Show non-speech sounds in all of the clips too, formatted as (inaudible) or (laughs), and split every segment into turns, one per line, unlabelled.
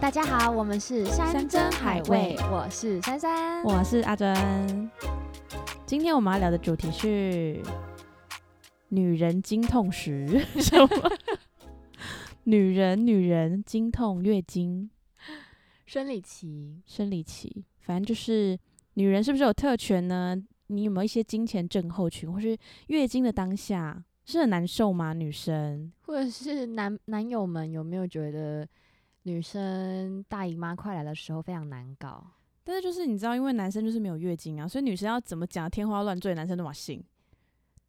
大家好，我们是山珍海味，我是珊珊，
我是阿珍。今天我们要聊的主题是女人经痛 (laughs) 时什么？女人，女人经痛、月经、
生理期，
生理期，反正就是女人是不是有特权呢？你有没有一些金钱症候群，或是月经的当下是很难受吗？女生
或者是男男友们有没有觉得女生大姨妈快来的时候非常难搞？
但是就是你知道，因为男生就是没有月经啊，所以女生要怎么讲天花乱坠，男生都马信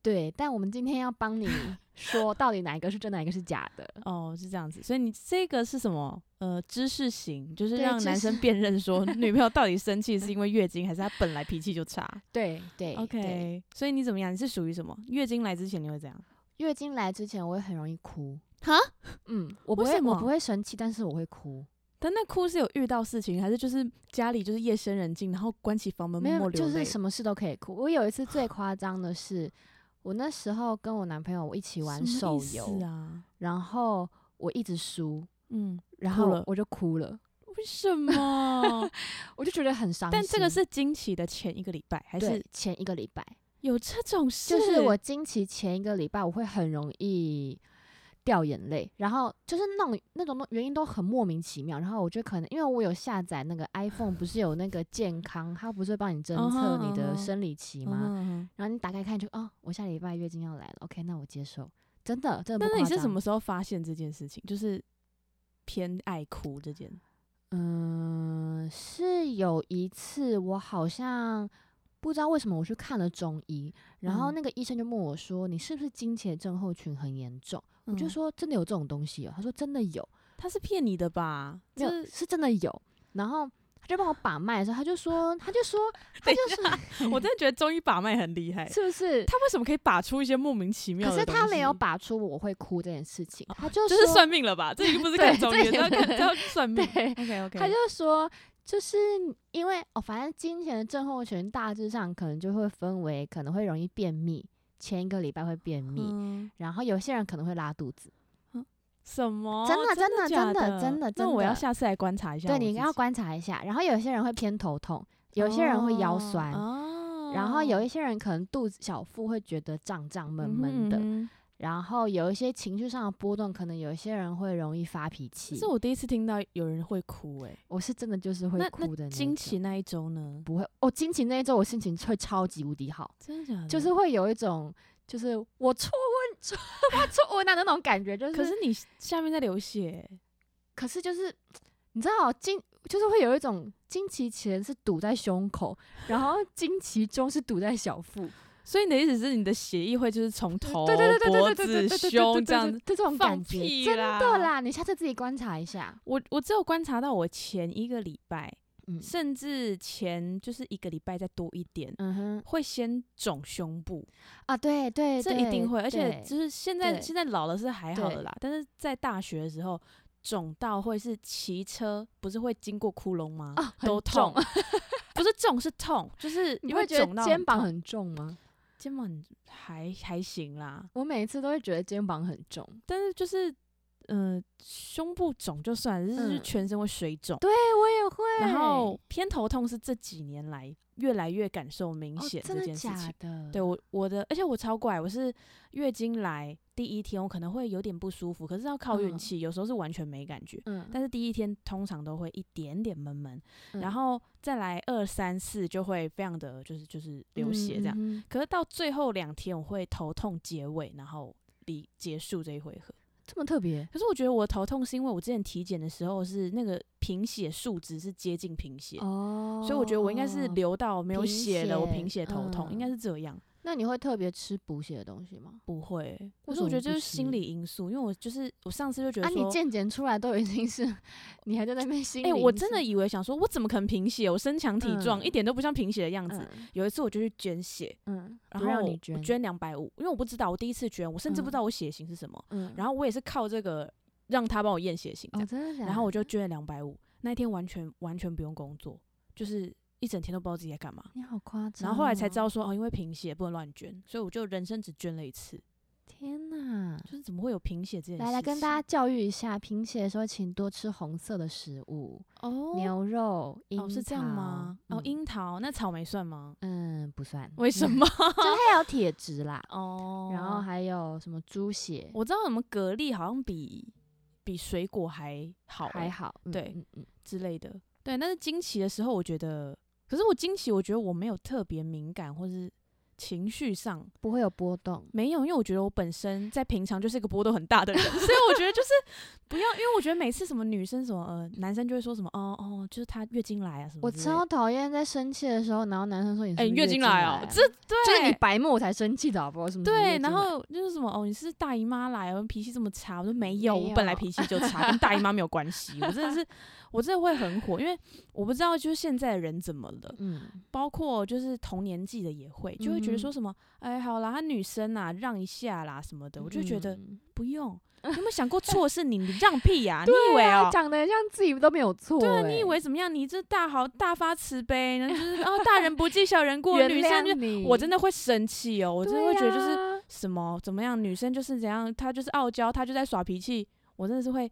对，但我们今天要帮你说，到底哪一个是真，哪一个是假的？
哦，是这样子。所以你这个是什么？呃，知识型，就是
对
让
知
男
识
生辨
(laughs)
认说女朋友到底生气是因为月经，还是她本来脾气就差。
(laughs) 对对对
OK，所以你怎么样？你是属于什么？月经来之前你会怎样？
月经来之前我会很容易哭，
哈，
嗯，我不
为
会
什么
我不会生气，但是我会哭，
但那哭是有遇到事情，还是就是家里就是夜深人静，然后关起房门
没
默
有
默流
就
泪？
是什么事都可以哭。我有一次最夸张的是，我那时候跟我男朋友我一起玩
什么
手
意思
游，
啊？
然后我一直输，
嗯，
然
哭
后
了
我就哭了，
为
(laughs)
什么？
我就觉得很伤心。
但这个是经期的前一个礼拜，还
对
是
前一个礼拜，
有这种事？
就是我经期前一个礼拜，我会很容易掉眼泪，然后就是那种那种原因都很莫名其妙。然后我就可能因为我有下载那个 iPhone，不是有那个健康，它不是会帮你侦
嗯
测
哼
你
嗯
的
哼
生理期
嗯
吗？
哼嗯哼
然后你打开看就哦，我下礼拜月经要来了，OK，那我接受。真的，真的
那
不
那你
夸
是什
张
么？时候发现这件事情？就是偏爱哭这件。
嗯、是有一次我好像不知道为什么我去看了中医，然后
嗯
那个医生就问我说：“你是不是经前症候群很严重？”我就
嗯
说：“真的有这种东西哦。”他说：“真的有，
他是骗你的吧？
没有
这
是真的有。”然后他就帮我把脉的时候，他就说：“他就
(laughs)
说，他就说，
我真的觉得中医把脉很厉害。
是不是？
他为什么可以把出一些莫名哎其妙
可
的
是
东
他没有
西，哦
把出我会哭这件事情，他就
这
说，
是算命了吧？这已经不是看
对
中
这
医，
也
这要
不
看
是
这要
(laughs)
算命。
对，
OK OK，
他就说，就是因为哦，反正金钱的症候群大致上可能就会分为可能会容易便秘，前一个礼拜会便秘，
嗯
然后有些人可能会拉肚子。
什么？
真的真的
假
真的
的
真的
那
真
我要
的
下次来观察一下我
对，
自己。
你要观察一下。然后有些人会偏头痛，有些人会腰酸，
哦
然后有一些人可能肚子小腹会觉得胀胀闷闷的，
嗯哼嗯哼
然后有一些情绪上的波动，可能有一些人会容易发脾
这
气
是。我第一次听到有人会哭哎。
我是真的就是会
那
哭的一
那经
种
期那一周呢？
不会哦，经期那一周我心情会超级无敌好。
真的假的？
就是会有一种就是我错问错我错问的啊那种感觉，就是
可是你下面在流血，
可是就是你知道经就是会有一种经期前是堵在胸口，然后经期中是堵在小腹，
所以你的意思是你的血液会就是从头、
对对对对
脖
对对对对对
子、
对对
胸
对
这样
对这种
放
感觉，
屁
真
啦
的啦，你下次自己观察一下，
我我只有观察到我前一个礼拜，
嗯
甚至前就是一个礼拜再多一点，
嗯哼
会先肿胸部，
啊，对对，
这一
对
定会。而且
对
就是现在
对
现在老了是还好
对
了啦，但是在大学的时候。肿到会是骑车，不是会经过窟窿吗？
啊很
都
重
痛，不是重是痛，就是
你
因
会
为
觉
肿
得
到
肩膀
痛
很重吗？
肩膀很还还行啦，
我每一次都会觉得肩膀很重，
但是就是，呃，胸部肿就算了，就是
嗯
全身会水肿。
对我也会，
然后偏头痛是这几年来越来越感受明
哦
显
真
这
的
件事
假
情。
的？
对我我的，而且我超怪，我是月经来第一天，我可能会有点不舒服，可是要靠运
嗯
气，有时候是完全没感觉。
嗯，
但是第一天通常都会一点点闷闷，
嗯
然后再来二三四就会非常的就是就是流血这样。
嗯嗯嗯
可是到最后两天我会头痛结尾，然后离结束这一回合。
这么特别，
可是我觉得我头痛是因为我之前体检的时候是那个贫血数值是接近贫血，
哦，
所以我觉得我应该是流到没有
贫
血了，我
血
贫血头痛、
嗯
应该是这样。
那你会特别吃补血的东西吗？
不会，
为
可
什
是
么
我觉得
不
这是
吃
心理因素，因为我就是我上次就觉
啊，
得
你
说，
健检出来都已经是，你还在那边心
哎、
里，
我真的以为想说，我怎么可能贫血？我身强体壮、
嗯
一点都不像贫血的样子、
嗯
有一次我就去捐血，
嗯，
然
不让
后
你
我
捐，
捐两百五，因为我不知道，我第一次捐，我甚至不知
嗯
道我血型是什么，
嗯，
然后我也是靠这个让他帮我验血型这样
哦，真的假的，
然后我就捐了两百五，那一天完全完全不用工作，就是一整天都不知道自己在干嘛。
你好夸张，哦
哦然后后来才知，道说哦，因为贫血不能乱捐，所以我就人生只捐了一次。
天哪！
就是怎么会有贫血这件事
嗯
情？
来来，跟大家教育一下，贫血的时候请多吃红色的食物，
哦，
牛肉、樱桃。
哦是这样吗？哦，
嗯
樱桃那草莓算吗？
嗯不算，
为什？么？
就是它有铁质啦，
哦，
然后还有什么猪血，
我知道什么蛤蜊好像比比水果还好欸、
还好。嗯
对
嗯嗯，
之类的。对，但是惊奇的时候，我觉得，可是我惊奇，我觉得我没有特别敏感，或是情绪上
不会有波动。
没有，因为我觉得我本身在平常就是一个波动很大的人，所以我觉得就是 (laughs) 不要，因为我觉得每次什么女生什么呃男生就会说什么哦哦，就是她月经来啊什么，
我超，讨厌在生气的时候，然后男生说你是不
哎、
是
月
经
经
来
来
啊
哦，这对，
就是你白目我才生气的好不好？什么什么月
对，
经
然
来
后就是什么哦，你是大姨妈来，我脾气这么差，我说没有，
没
我本来
有
脾气就差，跟大姨妈没有关系。我真的是，我真的会很火，因为我不知道就是现在的人怎么了，
嗯，
包括就是同年纪的也会，就会觉得说
嗯
什么，哎，好啦，她女生啊，让一下啦什么的，我就觉得
嗯 (laughs)
不用。你有没有想过错是你，你让屁呀、你
对
以为
啊
哦、
讲的像自己都没有错欸，
对啊，你以为怎么样？你这大好大发慈悲，然后就是啊，大人不计小人过，
原
女生就
谅你，啊
我真的会生气哦，我
我
真的会觉得就是。什么怎么样，女生就是怎样，她就是傲娇，她就在耍脾气，我真的是会。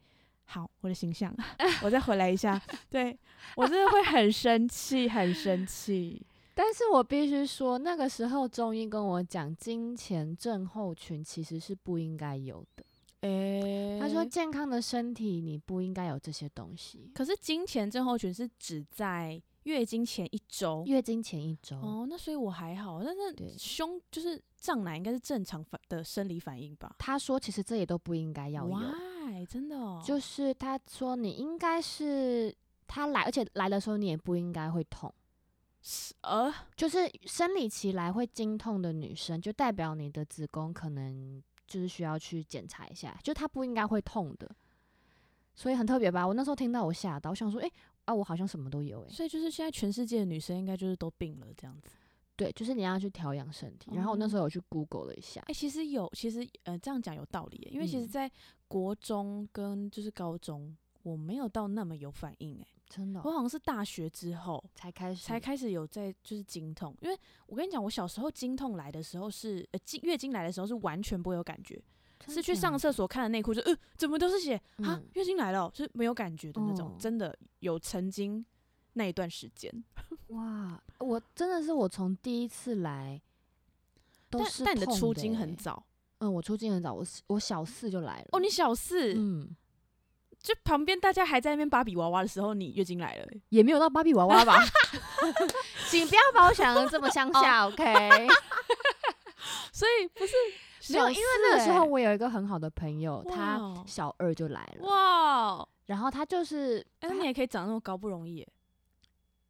好，我的形象， (laughs) 我再回来一
(laughs)
下。对我真的会很生气，很生气。
但是我必须说，那个时候中医跟我讲，金钱症候群其实是不应该有的。
诶、
他说，健康的身体你不应该有这些东西。
可是金钱症候群是指在月经前一周。
月经前一周，
哦，那所以我还好，但
对
是胸就是胀奶应该是正常反的生理反应吧？
他说其实这也都不应该要有，
Why？真的、哦？
就是他说你应该是他来，而且来的时候你也不应该会痛。
是呃，
就是生理期来会经痛的女生，就代表你的子宫可能就是需要去检查一下，就它不应该会痛的，所以很特别吧？我那时候听到我吓到，我想说，诶，啊，我好像什么都有诶。
所以就是现在全世界的女生应该就是都病了这样子。
对，就是你要去调养身体。然后我那时
哦
候有去 Google 了一下
哎、，其实有，其实呃，这样讲有道理耶，因为其实，
嗯
在国中跟就是高中，我没有到那么有反应哎，
真的
我
哦、
好像是大学之后
才开始
才开始有在就是经痛，因为我跟你讲，我小时候经痛来的时候是呃经月经来的时候是完全不会有感觉，
真
是去
假
上
的
厕所看了内裤就呃怎么都是血啊、
嗯
月经来了哦是没有感觉的那种，
哦
真的有曾经那一段时间，
哇！我真的是我从第一次来都
但
是
但你的
痛
出经
诶
很，早
嗯，我出经很早，我我小四就来了。
哦，你小四。
嗯。
就旁边大家还在那边芭比娃娃的时候，你月经来了欸、
也没有到芭比娃娃 (laughs) 吧，请不要把我想的这么乡下、o (laughs) k
所以不是
(laughs) 没有，因为那个时
小
候
四
我有一个很好的朋友，
欸
他
哇
小二就来了，
哇，哦
然后他就是，
哎、
他
你也可以长那么高，不容易欸、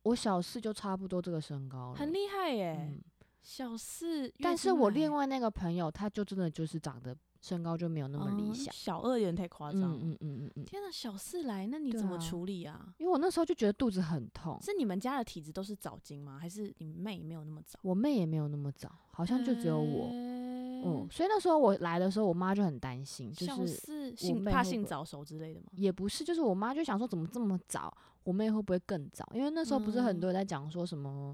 我小四就差不多这个身高了，
欸很厉害耶、
嗯
小四月经来，
但是我另
外
外那个朋友，他就真的就是长得身高就没有那么理想，
哦小二有点太夸
嗯
张、
嗯嗯嗯嗯，
天哪，啊小四来，那你
对
怎么
啊
处理啊？
因为我那时候就觉得肚子很痛，
是你们家的体质都是早经吗？还是你妹没有那么早？
我妹也没有那么早，好像就只有我，嗯，
嗯，
所以那时候我来的时候，我妈就很担心，就
小
是
四性
妹
怕
会
性
不会
早熟之类的吗？
也不是，就是我妈就想说怎么这么早，我妹会不会更早？因为那时候不是很
嗯
多人在讲说什么，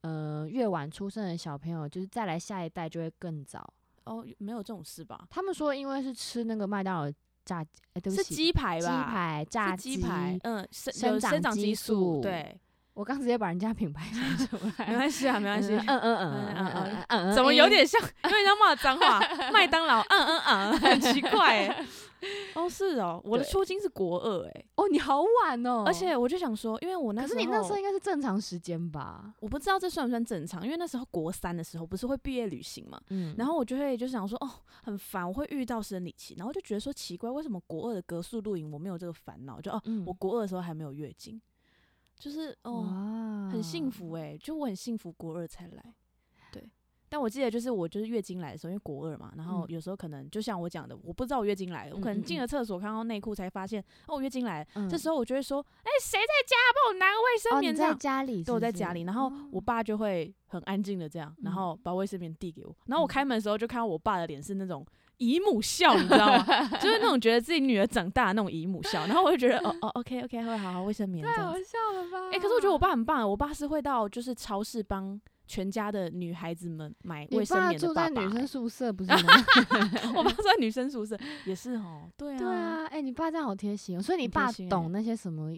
呃，越晚出生的小朋友就是再来下一代就会更早。
哦，没有这种事吧？
他们说因为是吃那个麦当劳炸鸡，哎、对不
是
起，
鸡排
鸡
吧？
排炸
是鸡排，嗯，生
生
有
长
生长
激
激
素 (laughs)
素，对，
我刚直接把人家品牌 (laughs) 说出
没
来。
关系啊，没关系
嗯。嗯嗯嗯嗯
嗯
嗯
嗯
嗯嗯，
怎么有
哎
点像，有点像骂脏
(laughs)
话？麦当劳，嗯嗯嗯，很奇怪、欸。哦，是哦，我的
对
初经是国二哎、
哦？你好晚哦，
而且我就想说，因为我那
可
时
是
候，
你那时候应该是正常时间吧？
我不知道这算不算正常，因为那时候国三的时候不是会毕业旅行嘛，
嗯
然后我就会就想说，哦，很烦，我会遇到生理期，然后就觉得说奇怪，为什么国二的格数露营我没有这个烦恼？就哦，
嗯
我国二的时候还没有月经，就是哦，
哇，
很幸福哎、就我很幸福，国二才来。对，但我记得就是我就是月经来的时候，因为国二嘛，然
嗯
后有时候可能就像我讲的，我不知道我月经来了，我可
嗯嗯
能进
嗯
了厕所看到内裤才发现，哦，我月经来了。
嗯。
这时候我就会说，哎、谁在家帮我拿个卫生
哦，你
棉这
在
样。
家里是不是，
对，我在家里，然后
哦
我爸就会很安静的这样，
嗯
然后把卫生棉递给我，然后我
嗯
开门的时候就看到我爸的脸是那种姨母笑，你知道吗？就是那种觉得自己女儿长大的那种姨母笑，然后我就觉得哦哦，OK
啊
OK，会好好卫生棉这样子。
笑了吧
哎、可是我觉得我爸很棒，我爸是会到就是超市帮全家的女孩子们买
你
卫生
爸
棉的
住
爸
在
爸、
女生
欸
宿舍
(laughs)
不是吗？
我爸住在女生宿舍，也是哦，对啊，
对啊，哎、你爸这样好贴心、哦，所以你
很贴
爸
心哎
懂那些什么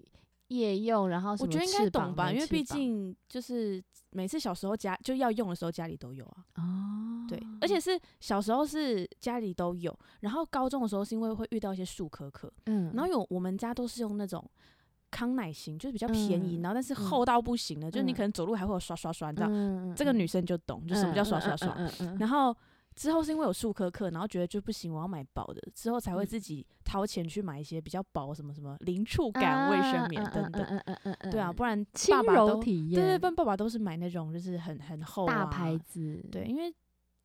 夜用，然后什
我
么
觉得应该
翅膀
懂吧，
没
因为
翅
毕
膀
竟就是每次小时候家就要用的时候家里都有啊，
哦，
对，而且是小时候是家里都有，然后高中的时候是因为会遇到一些树可可，
嗯，
然后有我们家都是用那种。康乃馨就是比较便宜，
嗯
然后但是
嗯
厚到不行的，就是你
嗯
可能走路还会有刷刷刷，你知道，
嗯
这个
嗯
女生就懂，就什么叫刷刷刷。
嗯嗯嗯嗯嗯
然后之后是因为有树可可，然后觉得就不行，我要买薄的，之后才会
嗯
自己掏钱去买一些比较薄什么什么零触
嗯
感卫生
嗯
棉
嗯
等等。
嗯嗯嗯嗯嗯
对啊，
嗯
不然
轻
爸爸
柔
都
体
对
验，
对，不然爸爸都是买那种就是很很厚、啊、
大牌子，
对，因为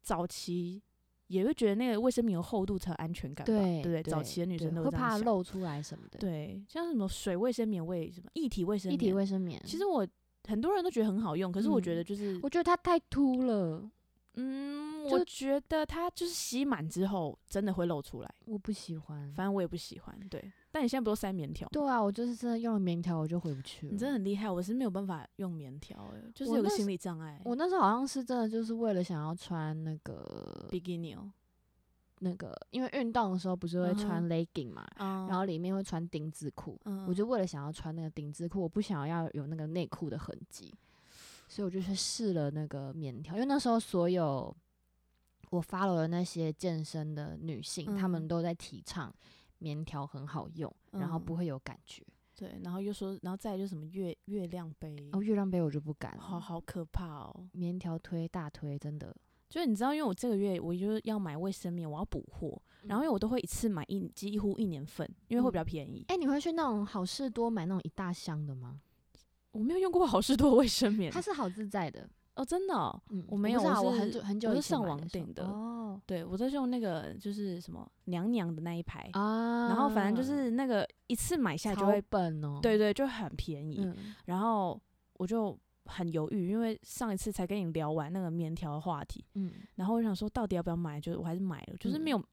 早期也会觉得那个卫生棉有厚度才有安全感吧，
对
对不早期的女
对
生都
会
这样
怕
想
露出来什么的，，
对，像什么水卫生棉、卫什么一体卫生
一体
棉，
卫生棉，
其实我很多人都觉得很好用，可是我觉得
嗯
就是
我觉得它太凸了，
嗯，
就
我觉得它就是吸满之后真的会露出来，
我不喜欢。
反正我也不喜欢。对，但你现在不都塞棉条？
对啊，我就是真的用了棉条我就回不去了。
你真的很厉害，我是没有办法用棉条、欸，就是
我
有个
那
心
时
理障碍。
我那时候好像是真的就是为了想要穿那个
bikini 哦，
那个，因为运动的时候不是会
嗯哼
穿 legging 嘛，
啊
然后里面会穿丁字裤，
嗯
我就为了想要穿那个丁字裤，我不想要有那个内裤的痕迹，所以我就去试了那个棉条。因为那时候所有我 follow 的那些健身的女性，她、
嗯
们都在提倡棉条很好用，然后不
嗯
会有感觉。
对，然后又说，然后再来就是什么月月亮杯，
哦，月亮杯我就不敢了，
好好可怕哦！
棉条推大推真的。
就是你知道，因为我这个月我就是要买卫生棉，我要补货，然后因为
有
我都会一次买一几乎一年份，因为会比
嗯
较便宜。
哎、你会去那种好事多买那种一大箱的吗？
我没有用过好事多卫生棉，
它是好自在的，
哦，真的哦、
嗯，
我没有
不知道
我
我很
是
久很久
我
以
是
前
上
买
网
时候
订的
哦
对我都是用那个就是什么娘娘的那一排，
啊，
然后反正就是那个一次买下来就
超
会，
本哦，
对对，就很便宜。
嗯，
然后我就很犹豫，因为上一次才跟你聊完那个棉条的话题，
嗯
然后我想说到底要不要买，就我还是买了，就是
嗯
没有，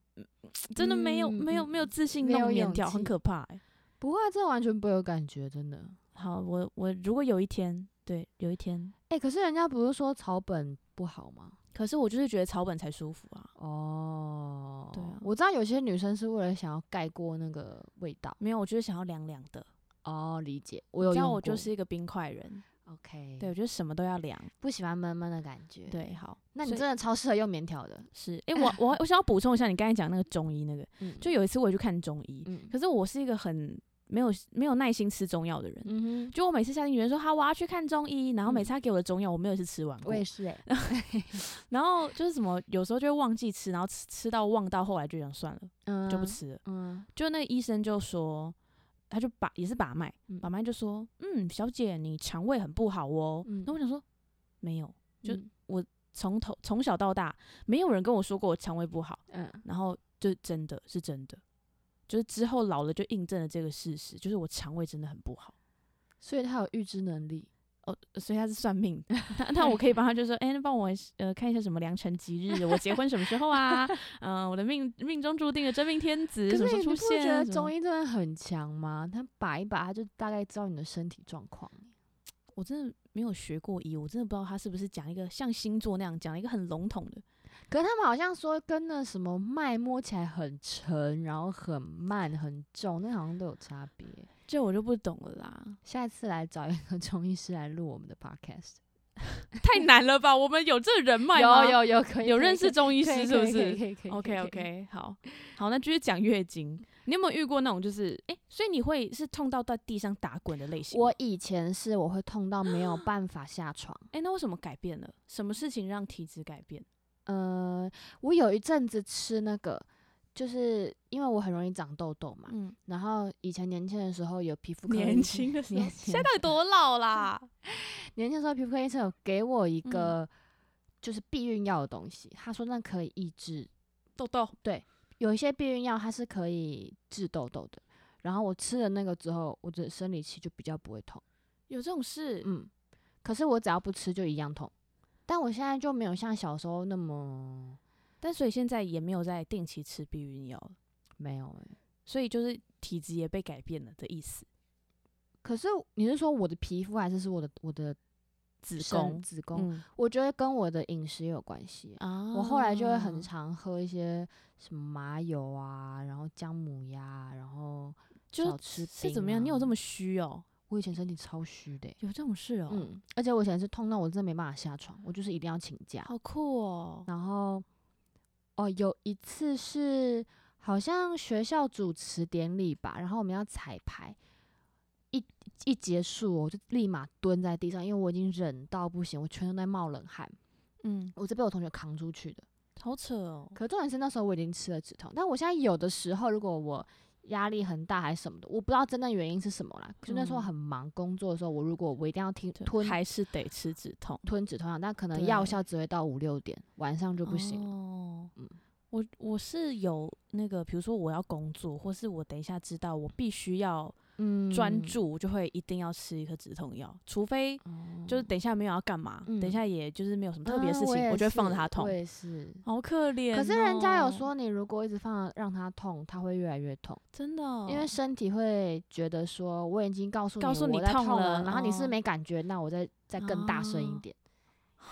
真的没有、
嗯
没有没有
嗯
自信
没
弄
有
棉
勇
条，很
气
可怕、欸。
不会啊，这完全不会有感觉，真的。
好，我我如果有一天，对，有一天，
哎、可是人家不是说草本不好吗？
可是我就是觉得草本才舒服啊，
哦，
对啊
我知道有些女生是为了想要盖过那个味道。
没有，我就是想要凉凉的。
哦，理解，我
你
有
知道
用
我就
过
是一个冰块人，
OK，
对我，觉得什么都要凉。
不喜欢闷闷的感觉。，
对，好，
(laughs) 那你
所以
真的超适合用棉条的。
是，诶，我我我想要补充一下你刚才讲那个中医那个，
嗯，
就有一次我也去看中医，
嗯
可是我是一个很没有没有耐心吃中药的人。
嗯哼，
就我每次下定决心说好，我要去看中医，然后每次他给我的中药，我没有一次吃完过
我。也是哎、 (laughs)
然后就是什么，有时候就会忘记吃，然后吃吃到忘到后来就想算了，
嗯，
就不。吃了。
嗯，
就那个医生就说，他就把也是把脉，
嗯
把脉就说，嗯，小姐你肠胃很不好哦。
嗯
那我想说，没有，就
嗯
从头从小到大没有人跟我说过我肠胃不好，
嗯
然后就真的是真的，就是之后老了就印证了这个事实，就是我肠胃真的很不好。
所以他有预知能力。
哦，所以他是算命的， (laughs) 那那我可以帮他就说，哎、那帮我呃看一下什么良辰吉日，我结婚什么时候啊？ (laughs) 嗯、我的命命中注定的真命天子
可
什么时
是
候
你
出
不
现？
觉得
什么
中医真的很强吗？他把一把，他就大概知道你的身体状况。
我真的没有学过医，我真的不知道他是不是讲一个像星座那样讲一个很笼统的。
可是他们好像说跟那什么脉摸起来很沉，然后很慢很重，那好像都有差别。
这我就不懂了啦，
(laughs) 下一次来找一个 (laughs) 中医师来录我们的 podcast，
太难了吧？我们有这人脉吗？
有有有可以
有
可以
认识
可
中医
以
师是不是？
可以可以可以可以可以
OK
可以
OK，好好，那继续讲月经。你有没有遇过那种就是，哎、所以你会是痛到在地上打滚的类型吗？
我以前是我会痛到没有办法下床，
哎、那为什么改变了？什么事情让体质改变？
呃，我有一阵子吃那个，就是因为我很容易长痘痘嘛，
嗯，
然后以前年轻的时候有皮肤科
年
医
轻的时候，
年
现
轻
在到底多
(laughs)
老啦？
年轻的时候皮肤科医生有给我一
嗯
个就是避孕药的东西，他说那可以抑制
痘痘，
有一些避孕药它是可以治痘痘的，然后我吃了那个之后，我的生理期就比较不会痛。
有这种事？
嗯，可是我只要不吃就一样痛，但我现在就没有像小时候那么
但所以现在也没有在定期吃避孕药了，
没有、欸。
所以就是体质也被改变了的意思。
可是你是说我的皮肤还是是我的我的
子
生
宫，
子宫，
嗯
我觉得跟我的饮食也有关系。
啊
我后来就会很常喝一些什么麻油啊，然后姜母鸭啊，然后
就是
少吃
是
冰
怎么样？你有这
啊
么虚哦？
我以前身体超虚的欸、
有这种事哦？
嗯，而且我以前是痛到我真的没办法下床，我就是一定要请假。
好酷哦！
然后，哦，有一次是好像学校主持典礼吧，然后我们要彩排，一一结束我就立马蹲在地上，因为我已经忍到不行，我全身都在冒冷汗，
嗯，
我是被我同学扛出去的。
好扯哦。
可重点是那时候我已经吃了止痛，但我现在有的时候如果我压力很大还是什么的，我不知道真正原因是什么啦。就那时候
嗯
很忙，工作的时候，我如果我一定要听
对
吞
还是得吃止痛，
吞止痛药，但可能
对
药效只会到五六点，晚上就不行了。
哦
嗯
我我是有那个，比如说我要工作，或是我等一下知道我必须要
嗯，
专注，我就会一定要吃一颗止痛药，除非
哦，
就是等一下没有要干嘛，
嗯
等一下也就是没有什么特别的事
啊
情，
也
我就会放着
是
它痛
我，也是。
好可怜哦、
可是人家有说，你如果一直放让它痛，它会越来越痛，
真的哦、
因为身体会觉得说我已经告诉
告诉你
我在
痛
痛
了
然后你是不
哦
是没感觉，那我再再更大声一
哦
点。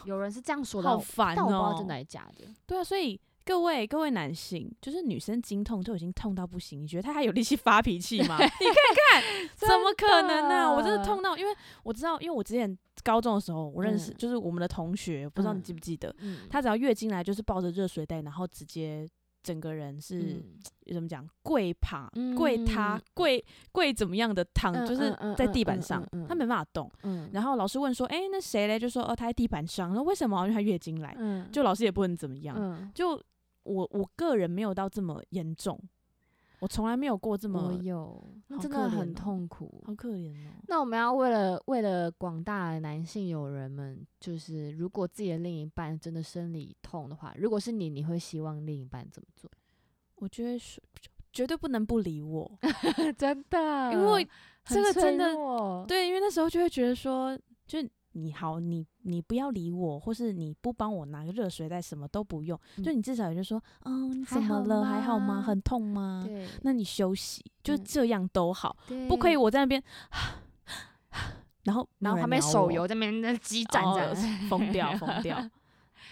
有人是这样说的，
好烦
但我不知道
哦、
真的还是假
(laughs)
的。
对啊，所以各位各位男性，就是女生经痛就已经痛到不行，你觉得她还有力气发脾气吗？你看看，怎么可能呢、我真的
真的
痛到，因为我知道，因为我之前高中的时候，我认识、
嗯
就是我们的同学，不知道你记不记得，
嗯，
她只要月经来就是抱着热水袋，然后直接整个人是、
嗯
怎么讲跪趴、跪塌
嗯、
跪跪怎么样的躺，
嗯
就是
嗯嗯
在
嗯
地板
嗯
上，
嗯嗯
她没办法动。
嗯，
然后老师问说：“哎、那谁嘞？”就说：“哦，她在地板上。”那为什么？因为她月经来。
嗯
就老师也不能怎么样。
嗯，
就我我个人没有到这么严重，我从来没有过这
我
么
有，那
好
真
可
的
怜
很
哦
痛苦。
好可怜哦。
那我们要为了为了广大的男性友人们，就是如果自己的另一半真的生理痛的话，如果是你，你会希望另一半怎么做？
我觉得是绝对不能不理 (laughs) 我，
真的
因为这个真的
的
对，因为那时候就会觉得说，就你好，你你不要理我，或是你不帮我拿个热水袋，什么都不用，就
嗯
你至少也就说，嗯，你怎
还
么
好
了？还好吗？
吗
很痛吗？
对，
啊那你休息，就
嗯
这样都好，
对
不可以我在那边， (sighs) 然后没
然
有
后
人
旁边
鸟
手
我
游在那边那激战这样
(laughs) 哦，疯掉疯掉。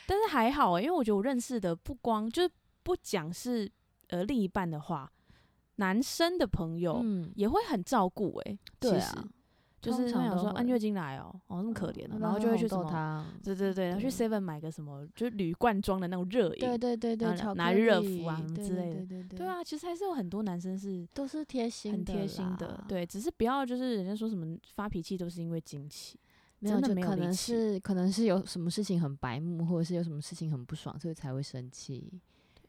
但是还好、欸，因为我觉得我认识的不光就是不讲是呃另一半的话，男生的朋友
嗯，
也会很照顾哎、欸，
对
哦
啊
其实就
通
是
常
会想
都
说
会
啊你月经来哦、哦那么可怜哦、
嗯
然后就会去什
红豆
么，
汤，
对对对，然后去 Seven 买个什么就是铝罐装的那种热饮，
对对对
然
对，
后
巧
拿
克
热敷啊
力
什么
对
之
对
类的
对对对
对，啊，其实还是有很多男生是
都是贴心
很贴心的
啦，
对，只是不要就是人家说什么发脾气都是因为经期，
没有，
真的
就
没有
可
力
能
气
是可能是有什么事情很白目，或者是有什么事情很不爽，所以才会生气。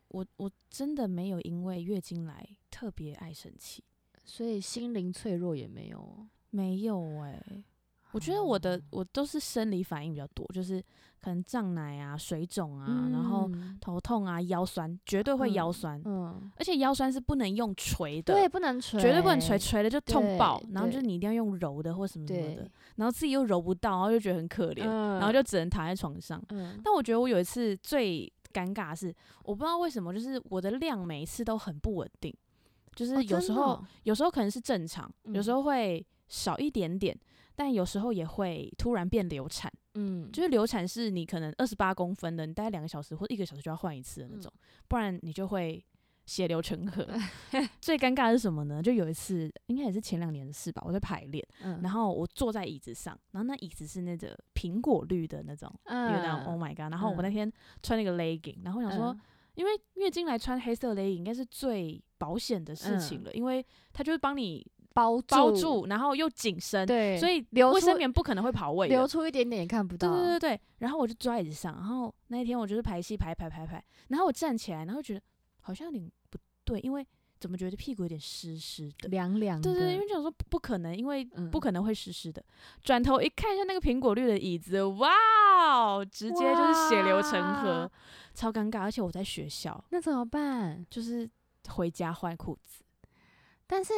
我我真的没有因为月经来特别爱生气，
所以心灵脆弱也没有哦。
没有哎、我觉得我的我都是生理反应比较多，就是可能胀奶啊、水肿啊，然后
嗯
头痛啊、腰酸，绝对会腰
嗯
酸，
嗯，
而且腰酸是不能用捶的，
对，，不能捶，
绝对不能捶，捶了就痛
对
爆，然后就是
对
你一定要用揉的或什么什么的
对，，
然后自己又揉不到，然后就觉得很可怜，
嗯
然后就只能躺在床上。
嗯，
但我觉得我有一次最尴尬的是，我不知道为什么，就是我的量每一次都很不稳定，就是
哦
有
真
时
的
候、
哦
有时候可能是正常，有时
嗯
候会少一点点，但有时候也会突然变流产。
嗯，
就是流产是你可能二十八公分的，你大概两个小时或一个小时就要换一次
嗯
的那种，不然你就会血流成
(laughs)
河。最尴尬的是什么呢？就有一次，应该也是前两年的事吧，我在排练，
嗯，
然后我坐在椅子上，然后那椅子是那个苹果绿的那种。
嗯，
有点 Oh my god！然后我
嗯
那天穿那个 legging，然后我想说，
嗯
因为月经来穿黑色 legging 应该是最保险的事情
嗯
了，因为它就是帮你
包
包，住，然后又紧身，
对，
所以
流
卫
出
生棉不可能会跑位
流
的。
出一点点也看不
对
到，
对对对，然后我就坐在椅子上，然后那一天我就是排戏排排排排，然后我站起来，然后觉得好像有点不对，因为怎么觉得屁股有点湿湿的？
凉凉的，
对对对，因为想说不可能，因为
嗯
不可能会湿湿的。转头一看一下那个苹果绿的椅子，哇哦，直接就是血流成河
哇，
超尴尬。而且我在学校，
那怎么办？
就是回家换裤子，
但是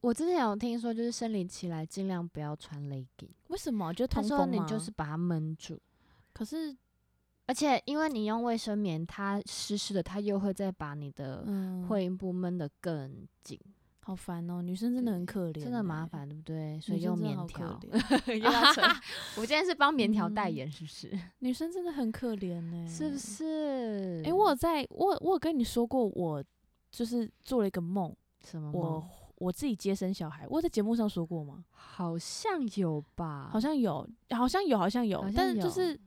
我之前有听说，就是生理期来尽量不要穿 legging，
为什么？就
他
通
说
风
你
吗？
就是，把它闷住。
可是，
而且因为你用卫生棉，它湿湿的，它又会再把你的
嗯，
会阴部闷得更紧。
好烦哦，女生真的很可怜欸、
真的麻烦，对不对？所以
女生
用
真的
棉
好可
条 (laughs)
怜，，
又要扯我今天是帮棉条代
嗯
言，是不是？
(laughs) 女生真的很可怜
(laughs)
呢、
是不？是？
哎、我有在我有我有跟你说过，我就是做了一个梦，
什么
我
梦
我自己接生小孩，我有在节目上说过吗？
好像有吧？
好像有，好像有，好像有，
啊好像
但是就
有
是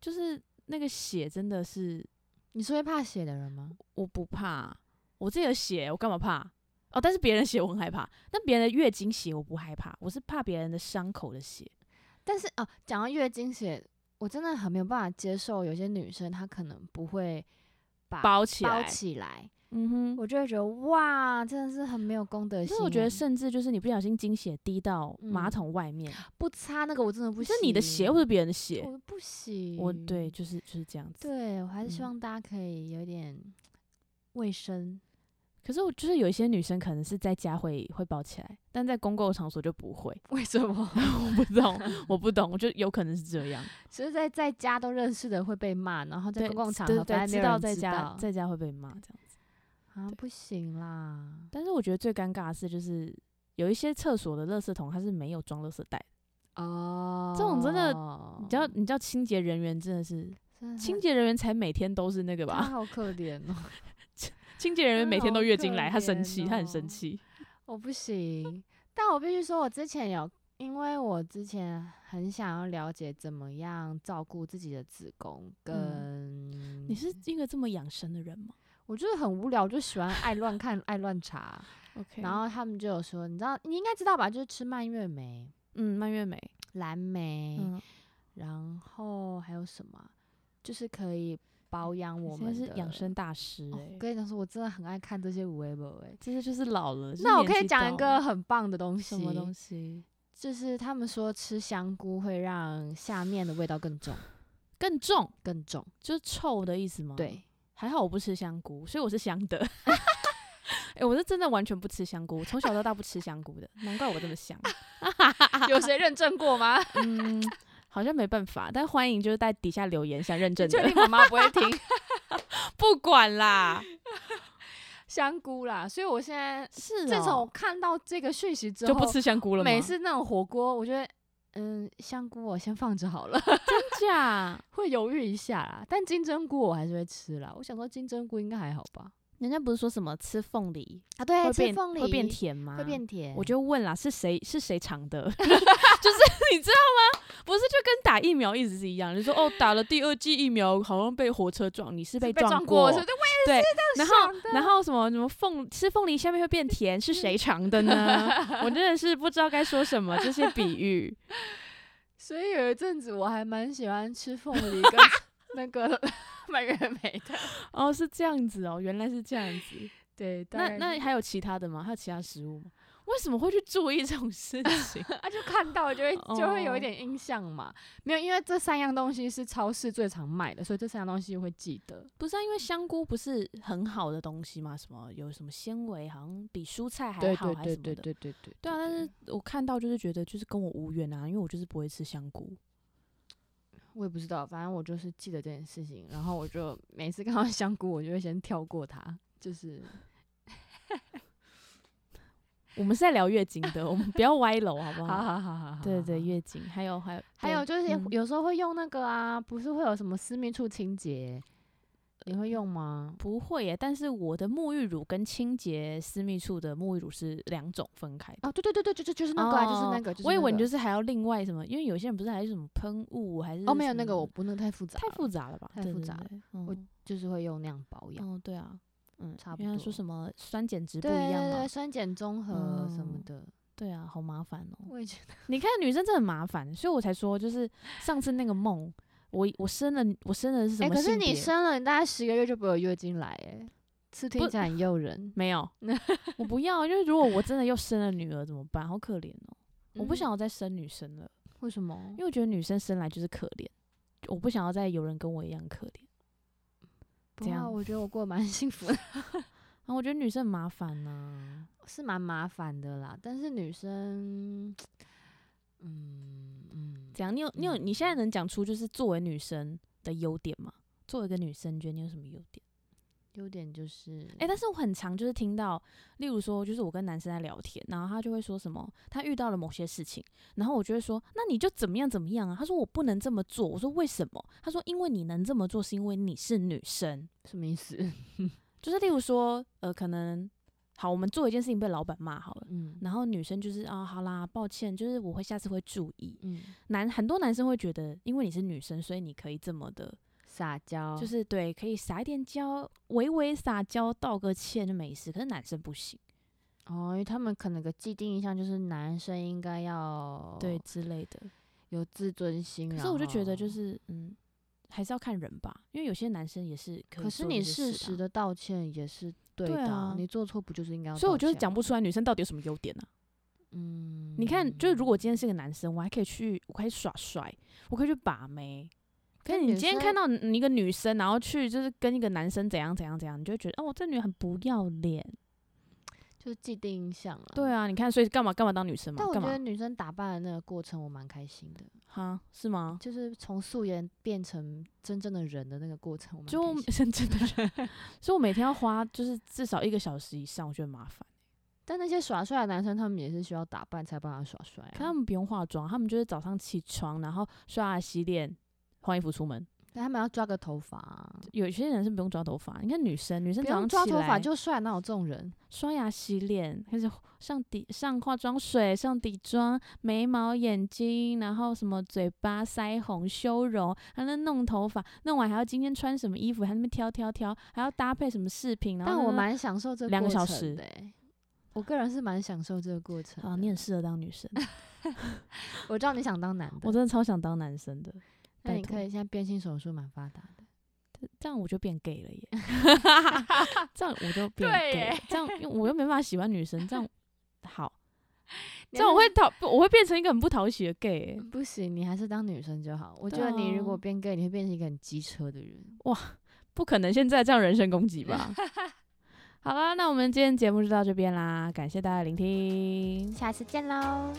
就是那个血真的是
你是会怕血的人吗？
我不怕，我自己的血我干嘛怕？哦，但是别人的血我很害怕，但别人的月经血我不害怕，我是怕别人的伤口的血。
但是哦，讲到月经血，我真的很没有办法接受，有些女生她可能不会把
包起来
啊包起来，
嗯哼，
我就会觉得哇，真的是很没有公德心
所
欸。
以我觉得甚至就是你不小心经血滴到
嗯
马桶外面，
不擦那个我真的不
不
行，
是你的血或者别人的血，
我不行。
我对，就是就是这样子。
对，我还是希
嗯
望大家可以有一点卫
(laughs)
生。
可是我就是有一些女生可能是在家会会包起来，但在公共场所就不会。
为什 (laughs) 么？
我不懂，我不懂，我就有可能是这样。
所以在在家都认识的会被骂，然后在
对
公共场
对
合
对
反正没
知
有
道
人
在
知
家
道
在家会被骂这样子。
啊
对
不行啦。
但是我觉得最尴尬的是，就是有一些厕所的垃圾桶它是没有装垃圾袋的，
哦，
种真的
比
你知道你知道清洁人员真的是
(laughs)
清洁人员才每天都是那个
他
吧？
好可
(laughs)
怜哦，
清洁人员每天都月经来，
好
他
可
生气，
怜
他很
哦
生气。
我不行。但我必须说，我之前有，因为我之前很想要了解怎么样照顾自己的子宫，跟、
嗯你是一个这么养生的人吗
我就是很无聊，我就喜欢爱乱看、爱乱查。
(laughs) ？OK，
然后他们就有说，你知道，你应该知道吧？就是吃蔓越莓、
嗯，蔓越莓，
蓝莓，
嗯，
然后还有什么啊，就是可以保养
我
我
现在
们
是
的
养生。大师
哦
哎
我，跟你讲说，我真的很爱看这些无微博哎。
这是就是老了。就是
那我
年
可以
纪
讲一
到
个
了
很棒的东西，
什么东西
就是他们说吃香菇会让下面的味道更重、
更重？
更重。
就是臭的意思吗？，
对，
还好我不吃香菇，所以我是香的。 (laughs) 哎、我是真的完全不吃香菇，我从小到大不吃香菇的，难怪我这
(laughs)
么香。哦
有谁认证过吗？
嗯，好像没办法，但欢迎就是在底下留言想认证
确
的，
定妈妈不会听
(laughs) 不管啦。
(laughs) 香菇啦。所以我现在
(laughs) 是、哦，
自从我看到这个讯息之
就
后，
不吃香菇了吗？
每次那种火锅，我觉得嗯，香菇我先放着好了， (laughs)
真 (laughs) 假，
会犹豫一下啦。但金针菇我还是会吃啦。我想说金针菇应该还好吧？
人家不是说什么吃凤梨
啊，对，
会
吃
变
凤梨
会变，甜吗？
会变甜。啊
我就问啦，是谁是谁尝
(laughs)
的？ (laughs) 就是你知道吗？不是就跟打疫苗意思是一样，就说哦，打了第二剂疫苗好像被火车撞，你是被
被撞
过， (laughs)
所以就
对，然后
想的嗯
然后什么什么凤吃凤梨下面会变甜，是谁尝的呢？
(laughs)
我真的是不知道该说什么这些比喻，
所以有一阵子我还蛮喜欢吃凤梨
(laughs)
跟那个 (laughs) 蔓越莓的。
哦，是这样子哦，原来是这样子。
对，大
那
概
那
是
还有其他的吗？还有其他食物吗？为什么会去注意这种事情？
啊，就看到就 (laughs) 会就会有
哦
一点印象嘛。没有，因为这三样东西是超市最常卖的，所以这三样东西会记得。
不是、啊、因为香菇不是很好的东西吗？什么有什么纤维，好像比蔬菜还
对
好，
对
还是
对
什么
对
的。
对对对。
对啊，但是我看到就是觉得就是跟我无缘啊，因为我就是不会吃香菇。
我也不知道，反正我就是记得这件事情，然后我就每次看到香菇，我就会先跳过它，就是
我们是在聊月经的，我们不要歪楼好不
(laughs) 好
好？
好好好好。
对对，
好
月经还有还有
还有
对
就是也
嗯
有时候会用那个啊，不是会有什么私密处清洁，你会用吗？
不会耶，但是我的沐浴乳跟清洁私密处的沐浴乳是两种分开的。
哦，对对对对，就就就是那个、啊，就是那个，
哦
就是
我以为你就是是还要另外什么，因为有些人不是还有什么喷雾还是
哦，没有
什
那个，
么
我不那个太复杂，
太复，杂了吧？
太
对
复
对
杂
对
我
嗯
就是会用那样保养，
哦，对啊，嗯，
差
因为
不
他说
多
什么酸碱值不
对
一
对
样
对
嘛
对，，酸碱中和什么
嗯
的，
对啊，好麻烦哦。
我也觉得
你看女生真的很麻烦，所以我才说，就是上次那个梦，我我生了，我生的是什
哎、
么
可
性别？
是你生了，你大概十个月就不会有月经来、哎，是听
不
起来很诱人，
没
(laughs)
有？我不要，因为如果我真的又生了女儿怎么办？好可怜哦，我不
嗯
想要再生女生了，
为什么？
因为我觉得女生生来就是可怜，我不想要再有人跟我一样可怜。
不
这
过
样
我觉得我过得蛮 (laughs) 幸福的，
然啊后我觉得女生很麻烦呐、
是蛮麻烦的啦，但是女生，嗯嗯，
怎样？你有你有你现在能讲出就是作为女生的优点吗？作为一个女生，你觉得你有什么优点？
优点就是，
哎、但是我很常就是听到，例如说，就是我跟男生在聊天，然后他就会说什么，他遇到了某些事情，然后我就会说，那你就怎么样怎么样啊？他说我不能这么做，我说为什么？他说因为你能这么做是因为你是女生，
什么意思？ (laughs)
就是例如说，呃，可能好，我们做一件事情被老板骂好了，
嗯
然后女生就是啊、好啦，抱歉，就是我会下次会注意。
嗯，
男很多男生会觉得，因为你是女生，所以你可以这么的
撒娇
就是对，可以撒一点娇，微微撒娇，道个歉就没事。可是男生不行，
哦，因为他们可能有个既定印象就是男生应该要
对之类的。
有自尊心，
可是
哦然
我就觉得
后
就是嗯，还是要看人吧，因为有些男生也是可以
可是
做
你
这些
适
事
时
的啊
的道歉也是啊对
对
的啊、
啊
你做错不就是应该要
啊，
道歉吗？
所以我就是讲不出来女生到底有什么优点呢、啊？
嗯，
你看，就是如果今天是个男生，我还可以去，我可以耍帅，我可以去把妹。可是
但
你
女
今天
生
看到你一个女生，然后去就是跟一个男生怎样怎样怎样，你就会觉得哦，这女人很不要脸。
就是既定印象了。
对
啊，
啊，你看，所以干嘛干嘛当女生嘛
但？我
干
觉得
嘛？
女生打扮的那个过程我蛮开心的，
哈，是吗？
就是从素颜变成真正的人的那个过程，我蛮
就
开心
(laughs) 真的，所以我每天要花就是至少一个小时以上，我觉得很麻烦。
但那些耍帅的男生，他们也是需要打扮才有办法耍帅、啊，
可他们不用化妆，他们就是早上起床，然后刷牙、洗脸、换衣服出门。
但他们要抓个头发、啊，
有些人是不用抓头发，你看女生，女生
不
早
用
上
抓
起
头发
来
就帅，哪有这种人？
刷牙、洗脸，开始上底上化妆水、上底妆、眉毛、眼睛，然后什么嘴巴、腮红、修容，还能弄头发，弄完还要今天穿什么衣服，还在那边挑挑挑，还要搭配什么饰品。然后
但我
呢
蛮享受这
两个
过
小
程
时
的欸我个人是蛮享受这个过程的。
啊，你很适合当女
(laughs)
生，
我知道你想当男
我
的，
真的超想当男生的。
那
拜
你
托
可以现在变性手术蛮发达的。
这样我就变 gay
(laughs)
了耶，这样我就
对
变 gay，了
耶
这样因为我又没办法喜欢女生，这样
(laughs)
好，
你
这样我
还
会讨，我会变成一个很不讨喜的 gay 耶
是不行，你还是当女生就好。我觉
对
得你如
啊
果变 gay，你会变成一个很机车的人。
不可能现在这样人身攻击
(laughs)
吧？好啦，那我们今天节目就到这边啦，感谢大家的聆听。
下次见喽。